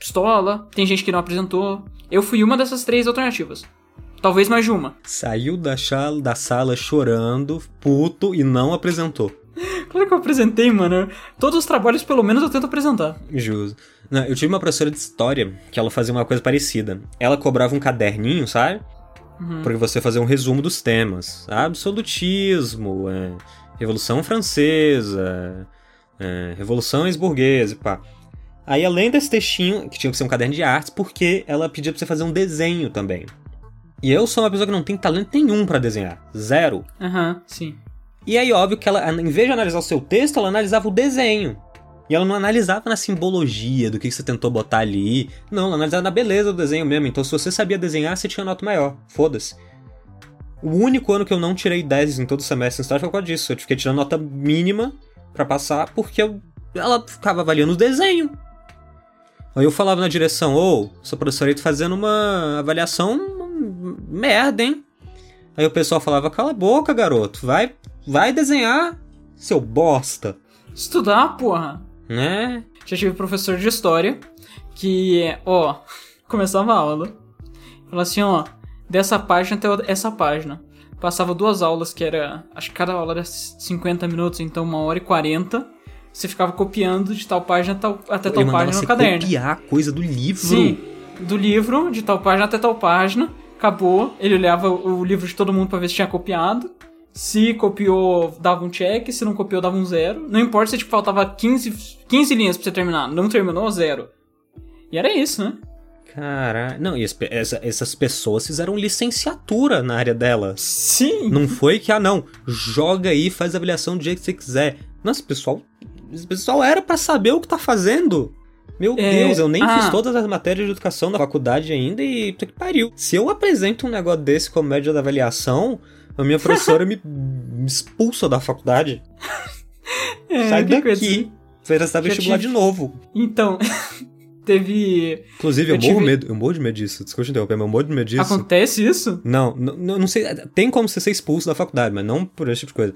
A: pistola, tem gente que não apresentou. Eu fui uma dessas três alternativas. Talvez mais de uma.
B: Saiu da, cha- da sala chorando, puto, e não apresentou.
A: Claro que eu apresentei, mano. Todos os trabalhos, pelo menos, eu tento apresentar.
B: Justo. Não, eu tive uma professora de história que ela fazia uma coisa parecida. Ela cobrava um caderninho, sabe?
A: Uhum.
B: Pra você fazer um resumo dos temas. Absolutismo, é, Revolução Francesa, é, Revoluções Burguesa e pá. Aí, além desse textinho, que tinha que ser um caderno de artes, porque ela pedia pra você fazer um desenho também. E eu sou uma pessoa que não tem talento nenhum pra desenhar. Zero.
A: Aham, sim.
B: E aí, óbvio que ela, em vez de analisar o seu texto, ela analisava o desenho. E ela não analisava na simbologia do que que você tentou botar ali. Não, ela analisava na beleza do desenho mesmo. Então, se você sabia desenhar, você tinha nota maior. Foda-se. O único ano que eu não tirei 10 em todo o semestre em história foi por causa disso. Eu fiquei tirando nota mínima pra passar, porque eu- ela ficava avaliando o desenho. Aí eu falava na direção, ô, seu professor aí tá fazendo uma avaliação hum, merda, hein? Aí o pessoal falava, cala a boca, garoto, vai, vai desenhar, seu bosta,
A: Estudar, porra.
B: né?
A: Já tive professor de história que, ó, começava a aula. Falava assim, ó, dessa página até essa página. Passava duas aulas, que era. Acho que cada aula era 50 minutos, então uma hora e 40. Você ficava copiando de tal página tal- até tal
B: Ele mandava
A: página Tá no
B: você
A: caderno.
B: copiar coisa do livro.
A: Sim, do livro, de tal página até tal página. Acabou, ele olhava o livro de todo mundo pra ver se tinha copiado. Se copiou, dava um check, se não copiou, dava um zero. Não importa se tipo, faltava 15, 15 linhas pra você terminar. Não terminou, zero. E era isso, né?
B: Caralho, não, e as pe- essa- essas pessoas fizeram licenciatura na área delas.
A: Sim!
B: Não foi que, ah não, joga aí, faz a avaliação do jeito que você quiser. Nossa, pessoal, esse pessoal era pra saber o que tá fazendo. Meu
A: É,
B: Deus, eu nem
A: ah.
B: fiz todas as matérias de educação da faculdade ainda e puta que pariu. Se eu apresento um negócio desse como média da avaliação, a minha professora me, me expulsa da faculdade.
A: É,
B: Sai
A: que coisa
B: daqui.
A: assim.
B: Vai
A: Já
B: prestar vestibular
A: tive-
B: de novo.
A: Então, teve.
B: Inclusive, eu,
A: Eu
B: morro
A: tive-
B: medo, eu morro de medo disso. Desculpa te interromper, mas eu morro de medo disso.
A: Acontece isso?
B: Não, não, não não sei. Tem como você ser expulso da faculdade, mas não por esse tipo de coisa.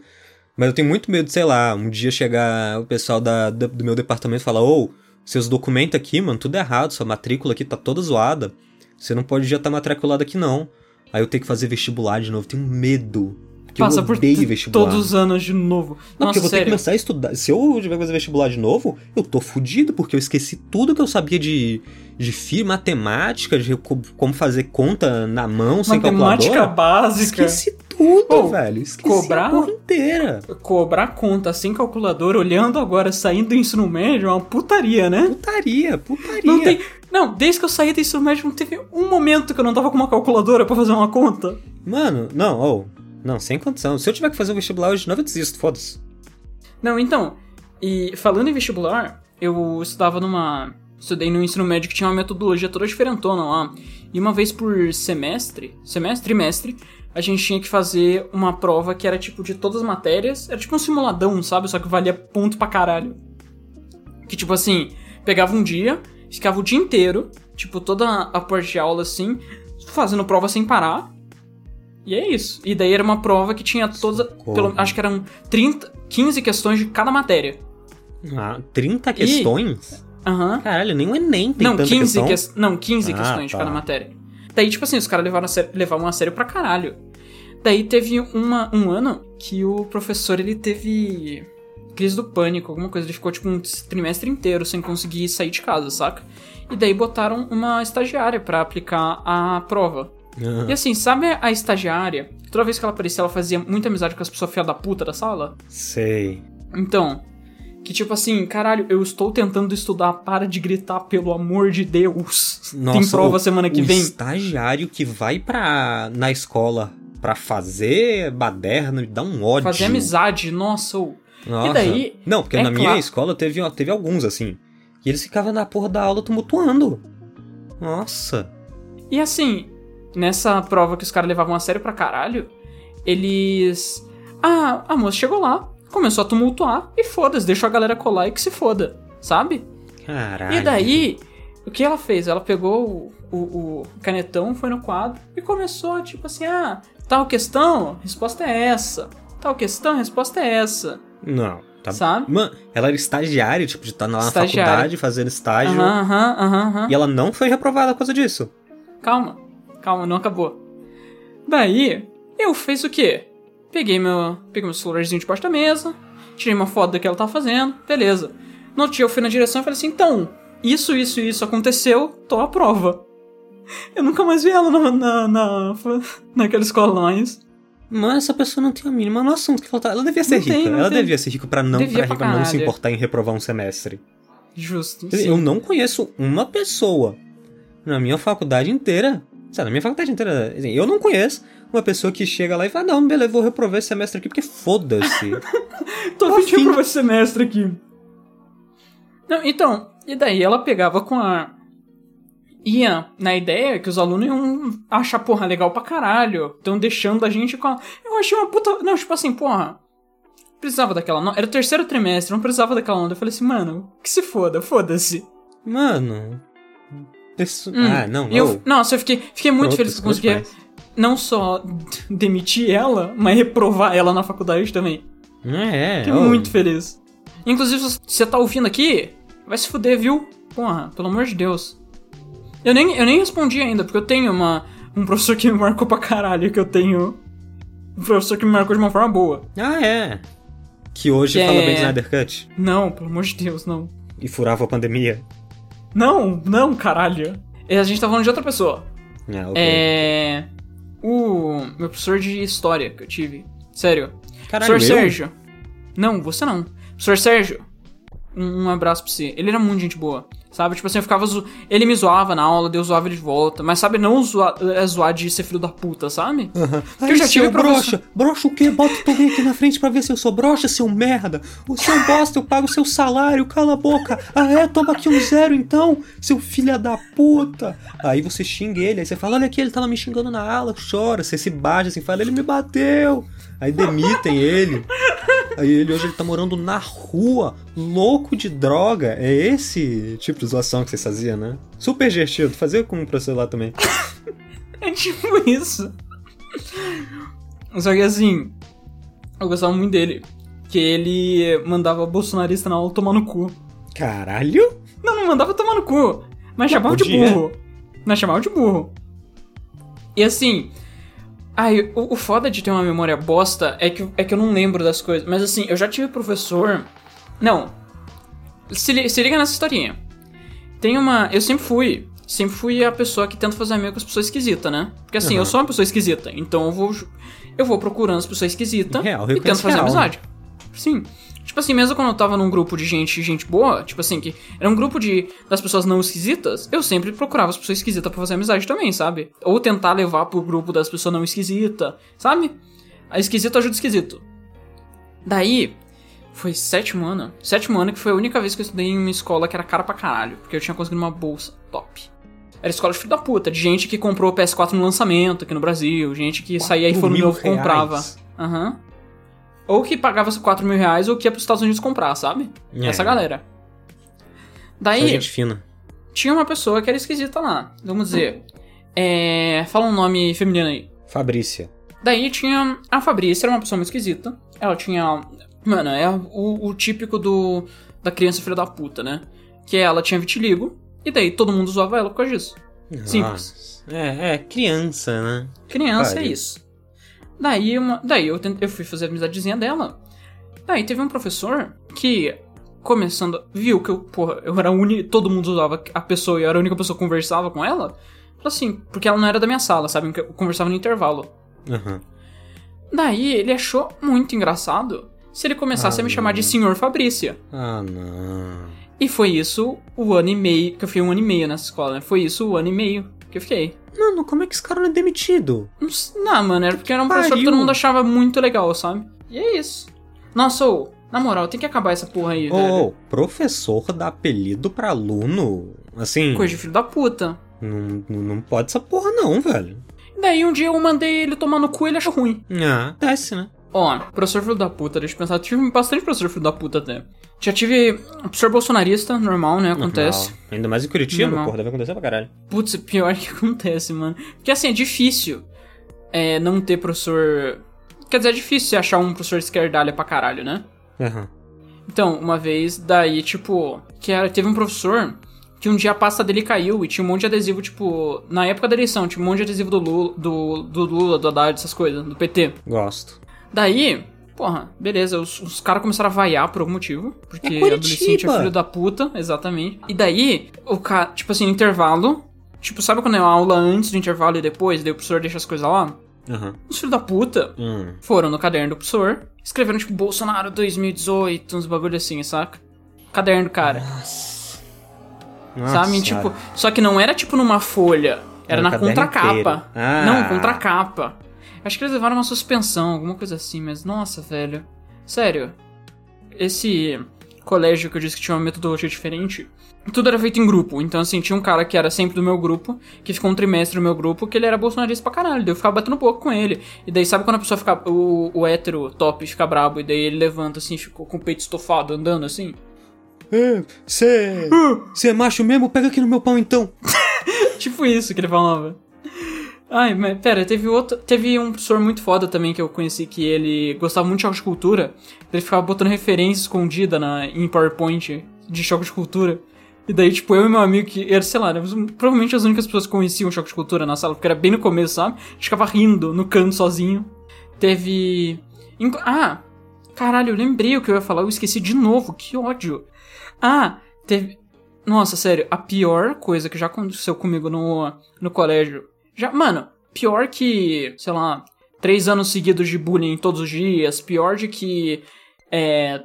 B: Mas eu tenho muito medo, de, sei lá, um dia chegar o pessoal da, da- do meu departamento e falar: Ô, seus documentos aqui, mano, tudo errado, sua matrícula aqui tá toda zoada. Você não pode já estar matriculado aqui, não. Aí eu tenho que fazer vestibular de novo, tenho medo. Porque
A: Passa
B: eu
A: por
B: odeio
A: t-
B: vestibular.
A: todos os anos de novo.
B: Não,
A: Nossa,
B: porque eu vou ter que
A: sério.
B: começar a estudar. Se eu tiver que fazer vestibular de novo, eu tô fudido, porque eu esqueci tudo que eu sabia de, de FI, matemática, de co- como fazer conta na mão, sem
A: Matemática
B: calculadora.
A: básica.
B: Esqueci tudo,
A: Pô,
B: velho. Esqueci
A: cobrar-
B: a porra inteira.
A: Cobrar conta sem calculador, olhando agora, saindo do ensino médio, é uma putaria, né?
B: Putaria, putaria.
A: Não tem. Não, desde que eu saí do ensino médio, não teve um momento que eu não tava com uma calculadora pra fazer uma conta.
B: Mano, não, ô. não, sem condição. Se eu tiver que fazer um vestibular hoje de novo, eu desisto, foda-se.
A: Não, então. E falando em vestibular, eu estudava numa. Estudei no ensino médio que tinha uma metodologia toda diferentona lá. E uma vez por semestre, semestre, trimestre, a gente tinha que fazer uma prova que era tipo de todas as matérias. Era tipo um simuladão, sabe? Só que valia ponto pra caralho. Que tipo assim, pegava um dia, ficava o dia inteiro, tipo toda a parte de aula assim, fazendo prova sem parar. E é isso. E daí era uma prova que tinha todas.
B: Socorro.
A: Pelo, acho que eram 30, 15 questões de cada matéria.
B: Ah, 30 questões?
A: Aham.
B: Caralho, nem o Enem tem
A: Não,
B: tanta
A: 15
B: questão.
A: ques- não, 15
B: Ah,
A: questões de
B: tá.
A: cada matéria. Daí, tipo assim, os caras levaram a sério, levavam a sério pra caralho. Daí teve uma, um ano que o professor, ele teve crise do pânico, alguma coisa. Ele ficou, tipo, um trimestre inteiro sem conseguir sair de casa, saca? E daí botaram uma estagiária pra aplicar a prova.
B: Ah,
A: E assim, sabe a estagiária? Toda vez que ela aparecia, ela fazia muita amizade com as pessoas fiadas da puta da sala?
B: sei.
A: Então, que tipo assim, caralho, eu estou tentando estudar, para de gritar, pelo amor de Deus. Tem
B: Nossa,
A: prova
B: o-
A: semana que
B: o
A: vem.
B: estagiário que vai pra, na escola pra fazer baderna me dá um ódio.
A: Fazer amizade, nossa, ou.
B: Nossa.
A: E daí,
B: Não, porque
A: é
B: na minha
A: claro-
B: escola teve, ó, teve alguns assim. E eles ficavam na porra da aula tumultuando. Nossa.
A: E assim, nessa prova que os caras levavam a sério pra caralho, eles. Ah, a moça chegou lá, começou a tumultuar e foda-se, deixou a galera colar e que se foda, sabe?
B: Caralho.
A: E daí, o que ela fez? Ela pegou o, o- o canetão, foi no quadro e começou, tipo assim, ah, tal questão, resposta é essa. Tal questão, resposta é essa.
B: Não, tá
A: Sabe?
B: Mano, ela era estagiária, tipo, de estar lá na
A: Estagiária.
B: faculdade fazendo estágio.
A: Aham, aham, aham, aham.
B: E ela não foi reprovada por causa disso.
A: Calma, calma, não acabou. Daí, eu fiz o quê? Peguei meu, peguei meu celularzinho debaixo da mesa, tirei uma foto do que ela tava fazendo, beleza. No outro dia eu fui na direção e falei assim, então, isso, isso e isso aconteceu, tô à prova. Eu nunca mais vi ela na, na, na, naquela escola mais.
B: Mano, essa pessoa não tem a mínima noção do que ela tá. Ela devia ser
A: Não
B: rica.
A: tem, não
B: ela
A: tem.
B: devia ser rica pra não,
A: Devia
B: pra
A: pra
B: rica não se
A: caralho.
B: importar em reprovar um semestre.
A: Justo.
B: Eu não conheço uma pessoa na minha faculdade inteira sei lá, na minha faculdade inteira. assim, eu não conheço uma pessoa que chega lá e fala: Não, beleza, vou reprover esse semestre aqui porque foda-se.
A: Tô
B: Tô afim.
A: pedindo pra esse semestre aqui. Não, então, e daí ela pegava com a. Ia na ideia que os alunos iam achar, porra, legal pra caralho. Então deixando a gente com a. Eu achei uma puta. Não, tipo assim, porra. Precisava daquela nota. Era o terceiro trimestre, não precisava daquela nota. Eu falei assim, mano, que se foda, foda-se.
B: Mano. Isso...
A: Hum,
B: Ah, não,
A: E eu, nossa, eu fiquei, fiquei muito feliz que eu consegui
B: conseguia.
A: não só demitir ela, mas reprovar ela na faculdade também.
B: É,
A: Fiquei
B: oh,
A: muito feliz. Inclusive, se você tá ouvindo aqui, vai se fuder, viu? Porra, pelo amor de Deus. Eu nem, eu nem respondi ainda, porque eu tenho uma, um professor que me marcou pra caralho, que eu tenho. Um professor que me marcou de uma forma boa.
B: Ah, é. Que hoje
A: Que
B: fala
A: é-
B: bem de Snyder Cut
A: Não, pelo amor de Deus, não.
B: e furava a pandemia.
A: Não, não, caralho. É, A gente tá falando de outra pessoa.
B: Ah, ok.
A: É. O meu professor de história que eu tive. Sério.
B: Caralho,
A: Professor
B: eu?
A: Sérgio. Não, você não. Professor Sérgio. Um, um abraço pra você. Ele era muito gente boa. Sabe? Tipo assim, eu ficava. zo- Ele me zoava na aula, eu zoava ele de volta. Mas sabe, não zoar, é zoar de ser filho da puta, sabe?
B: Aí,
A: Porque eu já tive
B: seu
A: professor-
B: broxa. Broxa o quê? Bota tu vem aqui na frente pra ver se eu sou broxa, seu merda. O seu bosta, eu pago o seu salário, cala a boca. Ah, é? Toma aqui um zero então, seu filha da puta. Aí você xinga ele, aí você fala, olha aqui, ele tava me xingando na aula, chora. Você se baixa assim, fala, ele me bateu. Aí demitem ele. Aí ele hoje ele tá morando na rua, louco de droga. É esse tipo de zoação que vocês faziam, né? Super divertido. Fazia com o professor lá também.
A: É tipo isso. Só que assim. Eu gostava muito dele. Que ele mandava bolsonarista na aula tomar no cu.
B: Caralho!
A: Não, não mandava tomar no cu. Mas chamava de
B: podia.
A: burro. Mas chamava de burro. E assim. Ai, o, o foda de ter uma memória bosta é que, é que eu não lembro das coisas. Mas assim, eu já tive professor. Não. Se, li- se liga nessa historinha. Tem uma. Eu sempre fui. Sempre fui a pessoa que tenta fazer amigo com as pessoas esquisitas, né? Porque assim,
B: Aham.
A: eu sou uma pessoa esquisita. Então eu vou. ju- Eu vou procurando as pessoas esquisitas
B: Real,
A: e tento
B: reconhece
A: fazer
B: real, né?
A: amizade. Sim. Tipo assim, mesmo quando eu tava num grupo de gente, gente boa, tipo assim, que era um grupo de das pessoas não esquisitas, eu sempre procurava as pessoas esquisitas pra fazer amizade também, sabe? Ou tentar levar pro grupo das pessoas não esquisitas, sabe? A esquisito ajuda o esquisito. Daí, foi sétimo ano. Sétimo ano que foi a única vez que eu estudei em uma escola que era cara pra caralho, porque eu tinha conseguido uma bolsa top. Era escola de filho da puta, de gente que comprou o PS4 no lançamento aqui no Brasil, gente que saía e
B: Quatro
A: foi no
B: mil
A: novo e
B: reais.
A: comprava. Aham. Ou que pagava os 4 mil reais ou que ia pros Estados Unidos comprar, sabe?
B: É.
A: Essa galera.
B: Só
A: Daí,
B: gente fina.
A: tinha uma pessoa que era esquisita lá. Vamos dizer. É. Fala um nome feminino aí.
B: Fabrícia.
A: Daí tinha a Fabrícia, era uma pessoa muito esquisita. Ela tinha. Mano, é o, o típico do. da criança filha da puta, né? Que ela tinha vitiligo. E daí todo mundo zoava ela por causa disso. Simples.
B: Nossa. É, é, criança, né?
A: Criança é
B: Pariu.
A: isso. Daí, uma, daí eu, tent- eu fui fazer a amizadezinha dela. Daí teve um professor que, começando, viu que eu, porra, eu era a única. Todo mundo usava a pessoa e eu era a única pessoa que conversava com ela. Falou assim, porque ela não era da minha sala, sabe? Eu conversava no intervalo.
B: Aham.
A: Daí ele achou muito engraçado se ele começasse
B: Ah,
A: a me chamar de
B: não.
A: Senhor Fabrícia.
B: Ah, não.
A: E foi isso o ano e meio, que eu fiquei um ano e meio nessa escola, né? Foi isso o ano e meio que eu fiquei.
B: Mano, como é que esse cara não é demitido?
A: Não, s- não, mano, era porque era um professor que
B: pariu.
A: todo mundo achava muito legal, sabe? E é isso. Nossa, ô, na moral, tem que acabar essa porra aí,
B: Ô,
A: velho.
B: ô, professor dá apelido pra aluno? Assim,
A: Coisa de filho da puta.
B: não, não- não pode essa porra não, velho.
A: Daí um dia eu mandei ele tomar no cu e ele achou ruim.
B: Ah, desce, né?
A: Ó, professor filho da puta, deixa eu pensar. Eu tive bastante professor filho da puta até. Já tive professor bolsonarista, normal, né? Acontece.
B: Normal. Ainda mais em Curitiba,
A: Normal.
B: porra, deve acontecer pra caralho.
A: Putz, é pior que acontece, mano. Porque assim, é difícil é, não ter professor. Quer dizer, é difícil você achar um professor esquerdalha pra caralho, né?
B: Aham.
A: Então, uma vez, daí, tipo, que era, teve um professor que um dia a pasta dele caiu e tinha um monte de adesivo, tipo, na época da eleição, tinha um monte de adesivo do Lula, do, do, Lula, do Haddad, essas coisas, do PT.
B: Gosto.
A: Daí, porra, beleza, os, os caras começaram a vaiar por algum motivo, porque
B: É Curitiba.
A: adolescente é filho da puta, exatamente. E daí, o cara, tipo assim, intervalo, tipo, sabe quando é uma aula antes do intervalo e depois, daí o professor deixa as coisas lá?
B: Aham.
A: Os filhos da puta
B: Hum.
A: foram no caderno do professor, escreveram tipo Bolsonaro 2018, uns bagulho assim, saca? Caderno do cara,
B: Nossa.
A: sabe? Tipo, só que não era tipo numa folha, Era na
B: caderno inteiro.
A: contracapa.
B: Ah.
A: Não, contracapa. Acho que eles levaram uma suspensão, alguma coisa assim, mas nossa, velho. Sério. Esse colégio que eu disse que tinha uma metodologia diferente, tudo era feito em grupo. Então, assim, tinha um cara que era sempre do meu grupo, que ficou um trimestre no meu grupo, que ele era bolsonarista pra caralho. Daí eu ficava batendo pouco com ele. E daí, sabe quando a pessoa fica. O, o hétero top fica brabo, e daí ele levanta assim, ficou com o peito estofado andando assim?
B: Você é macho mesmo? Pega aqui no meu pau então.
A: tipo isso que ele falava. Ai, mas pera, teve outro. Teve um professor muito foda também que eu conheci que ele gostava muito de choque de cultura. Ele ficava botando referência escondida na, em PowerPoint de choque de cultura. E daí, tipo, eu e meu amigo, que era, sei lá, éramos um, provavelmente as únicas pessoas que conheciam choque de cultura na sala, porque era bem no começo, sabe? A gente ficava rindo no canto sozinho. Teve. inclu- Ah! Caralho, eu lembrei o que eu ia falar, eu esqueci de novo, que ódio! Ah, teve. Nossa, sério, a pior coisa que já aconteceu comigo no, no colégio. Já, mano, pior que, sei lá, três anos seguidos de bullying todos os dias, pior de que é,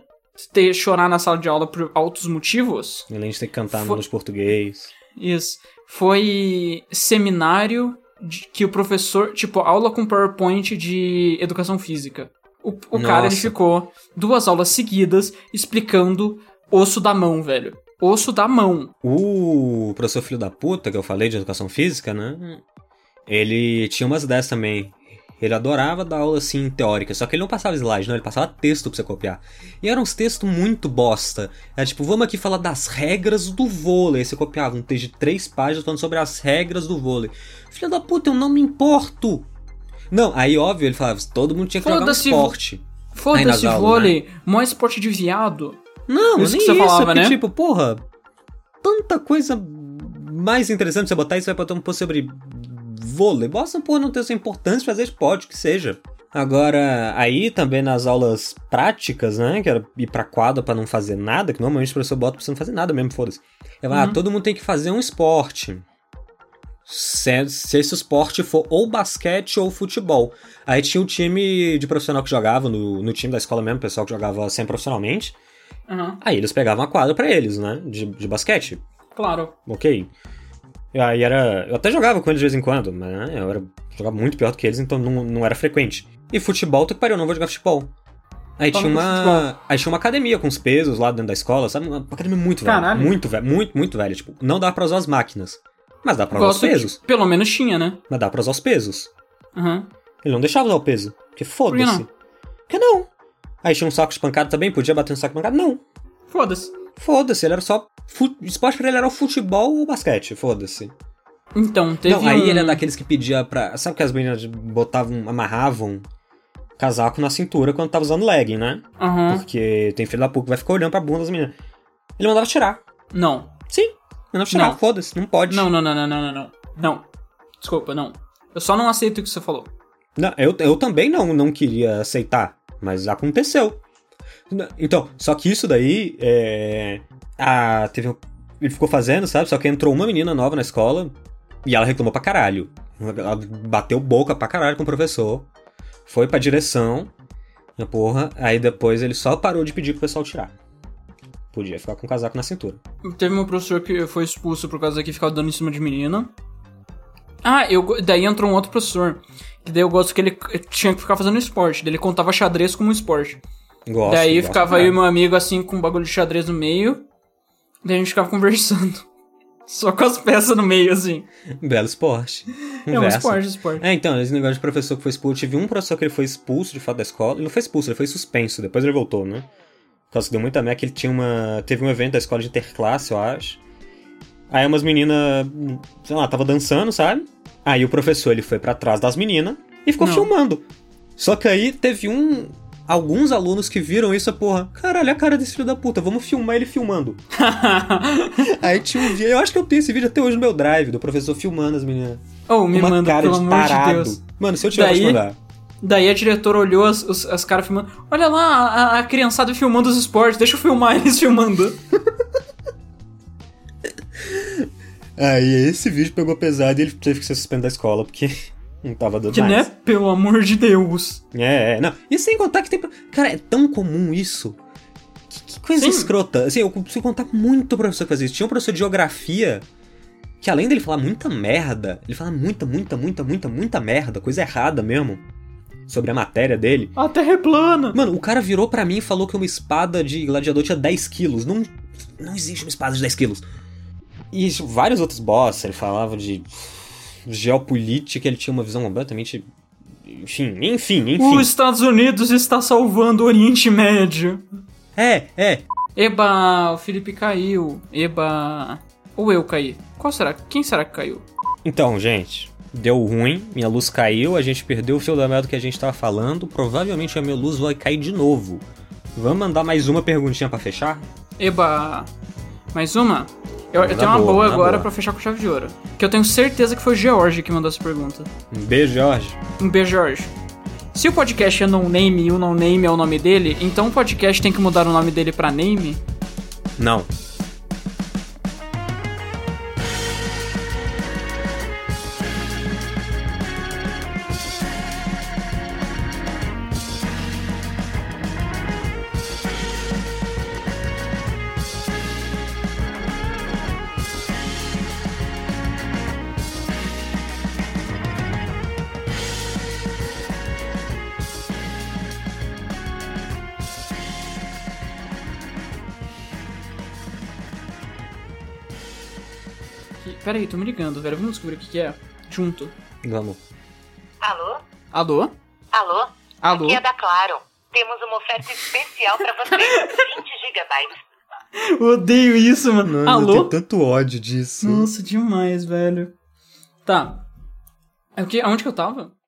A: ter chorar na sala de aula por altos motivos.
B: Além de ter que cantar
A: Fo-
B: nos português.
A: Isso. Foi seminário de- que o professor, tipo, aula com PowerPoint de educação física. O, o cara ele
B: Nossa.
A: ficou duas aulas seguidas explicando osso da mão, velho. Osso da mão.
B: O professor filho da puta que eu falei de educação física, né? Ele tinha umas ideias também. Ele adorava dar aula assim teórica, só que ele não passava slide, não, ele passava texto pra você copiar. E eram uns textos muito bosta. Era tipo, vamos aqui falar das regras do vôlei. Aí Você copiava um texto de três páginas falando sobre as regras do vôlei. Filho da puta, eu não me importo. Não, aí óbvio, ele falava, todo mundo tinha que jogar um
A: Foda-se,
B: esporte. Aí nas
A: Foda-se
B: aulas, né?
A: vôlei, mó esporte de viado.
B: Não,
A: Isso
B: nem
A: que você
B: isso,
A: falava,
B: porque,
A: né?
B: tipo, porra, tanta coisa mais interessante você botar isso, vai botar um post sobre vôlei. Bosta, porra, não tem sua importância, mas às vezes pode que seja. Agora, aí também nas aulas práticas, né, que era ir pra quadra pra não fazer nada, que normalmente o professor bota pra você não fazer nada mesmo, foda-se. Ele fala,
A: Uhum.
B: ah, todo mundo tem que fazer um esporte. Se, se esse esporte for ou basquete ou futebol. Aí tinha o time de profissional que jogava, no, no time da escola mesmo, o pessoal que jogava sempre profissionalmente.
A: Aham,
B: Aí eles pegavam a quadra pra eles, né? De, de basquete,
A: claro.
B: ok. E Aí era. Eu até jogava com eles de vez em quando, mas né, eu era, jogava muito pior do que eles, então não, não era frequente. E futebol, tu que pariu, eu não vou jogar futebol. Aí
A: Fala
B: tinha
A: com
B: uma. Aí tinha uma academia com os pesos lá dentro da escola, sabe? Uma academia muito velha.
A: Caralho.
B: Muito velha, muito, muito velha. Tipo, não dá pra usar as máquinas. Mas dá pra usar os
A: Gosto de-
B: pesos.
A: Pelo menos tinha, né?
B: Mas dá pra usar os pesos.
A: Aham.
B: Ele não deixava usar o peso. Porque foda-se.
A: não?
B: Porque não. Aí tinha um saco de pancada também, podia bater no saco de pancada? Não.
A: Foda-se.
B: Foda-se, ele era só. fu- o Esporte pra ele era o futebol ou o basquete, foda-se.
A: Então, teve
B: Não, aí
A: um...
B: ele é era daqueles que pedia pra. Sabe que as meninas botavam, amarravam casaco na cintura quando tava usando legging, né?
A: Aham.
B: Porque tem filho da puta que vai ficar olhando pra bunda das meninas. Ele mandava tirar.
A: Não.
B: Sim, mandava tirar,
A: Não.
B: foda-se, não pode.
A: Não, não, não, não, não, não, não. Não. Desculpa, não. Eu só não aceito o que você falou.
B: Não, eu, eu também não, não queria aceitar, mas aconteceu. N- Então, só que isso daí, é, a, teve, um- ele ficou fazendo, sabe? Só que entrou uma menina nova na escola e ela reclamou pra caralho. Ela bateu boca pra caralho com o professor, foi pra direção, e porra, aí depois ele só parou de pedir pro pessoal tirar. Podia ficar com o casaco na cintura.
A: Teve meu professor que foi expulso por causa que ficava dando em cima de menina. Ah, eu, go- daí entrou um outro professor. Que daí eu gosto que ele c- tinha que ficar fazendo esporte. Daí ele contava xadrez como um esporte.
B: Gosto,
A: daí
B: gosto
A: ficava
B: pra
A: eu e
B: caralho.
A: meu amigo assim com um bagulho de xadrez no meio. Daí a gente ficava conversando. Só com as peças no meio, assim.
B: Um Belo esporte.
A: É um
B: verso.
A: esporte, esporte.
B: É, então, esse negócio de professor que foi expulso, tive um professor que ele foi expulso de fato da escola. Ele não foi expulso, ele foi suspenso, depois ele voltou, né? Por causa que deu muita merda, que ele tinha uma. Teve um evento da escola de interclasse, eu acho. Aí umas meninas, sei lá, tava dançando, sabe? Aí o professor ele foi pra trás das meninas e ficou
A: Não.
B: filmando. Só que aí teve um. Alguns alunos que viram isso, porra, caralho, é a cara desse filho da puta, vamos filmar ele filmando. Aí tinha um dia, eu acho que eu tenho esse vídeo até hoje no meu drive, do professor filmando as meninas.
A: oh, me
B: uma
A: manda,
B: cara
A: pelo
B: de
A: amor
B: tarado.
A: de Deus.
B: Mano, se eu tiver, eu vou te
A: Daí-
B: mandar.
A: Daí a diretora olhou as, os- as caras filmando. Olha lá a, a criançada filmando os esportes, deixa eu filmar eles filmando.
B: Aí esse vídeo pegou pesado e ele teve que ser suspenso da escola, porque não tava dando
A: Que né?
B: mais.
A: Pelo amor de Deus.
B: É, é, não. E sem contar que tem... pro- Cara, é tão comum isso. Que, que coisa
A: Sim.
B: escrota. Assim, eu consigo contar muito professor que fazia isso. Tinha um professor de geografia que além dele falar muita merda, ele fala muita, muita, muita, muita, muita merda, coisa errada mesmo, sobre a matéria dele.
A: A terra é plana!
B: Mano, o cara virou pra mim e falou que uma espada de gladiador tinha 10 quilos. Não, não existe uma espada de 10 quilos. E isso, vários outros boss, ele falava de geopolítica, ele tinha uma visão completamente. Enfim, enfim, enfim.
A: Os Estados Unidos está salvando o Oriente Médio.
B: É, é.
A: Eba, o Felipe caiu. Eba. Ou eu caí? Qual será? Quem será que caiu?
B: Então, gente, deu ruim, minha luz caiu, a gente perdeu o fio da merda que a gente tava falando, provavelmente a minha luz vai cair de novo. Vamos mandar mais uma perguntinha pra fechar?
A: Eba. Mais uma? Eu, eu
B: Na
A: tenho uma
B: boa,
A: boa,
B: na
A: agora
B: boa.
A: pra fechar com chave de ouro. Que eu tenho certeza que foi o George que mandou essa pergunta.
B: Um beijo, Jorge.
A: Um beijo, Jorge. Se o podcast é no name e o no name é o nome dele, então o podcast tem que mudar o nome dele pra name?
B: Não.
A: Que- Pera aí, tô me ligando, velho. Vamos descobrir o que, que é. Junto.
B: Vamos.
C: Alô?
A: Alô?
C: Alô?
A: Alô?
C: Aqui é da Claro. Temos uma oferta especial para você. 20 gigabytes.
A: Odeio isso, mano. Alô?
B: tanto ódio disso.
A: Nossa, demais, velho. Tá. É o que? Aonde que eu tava?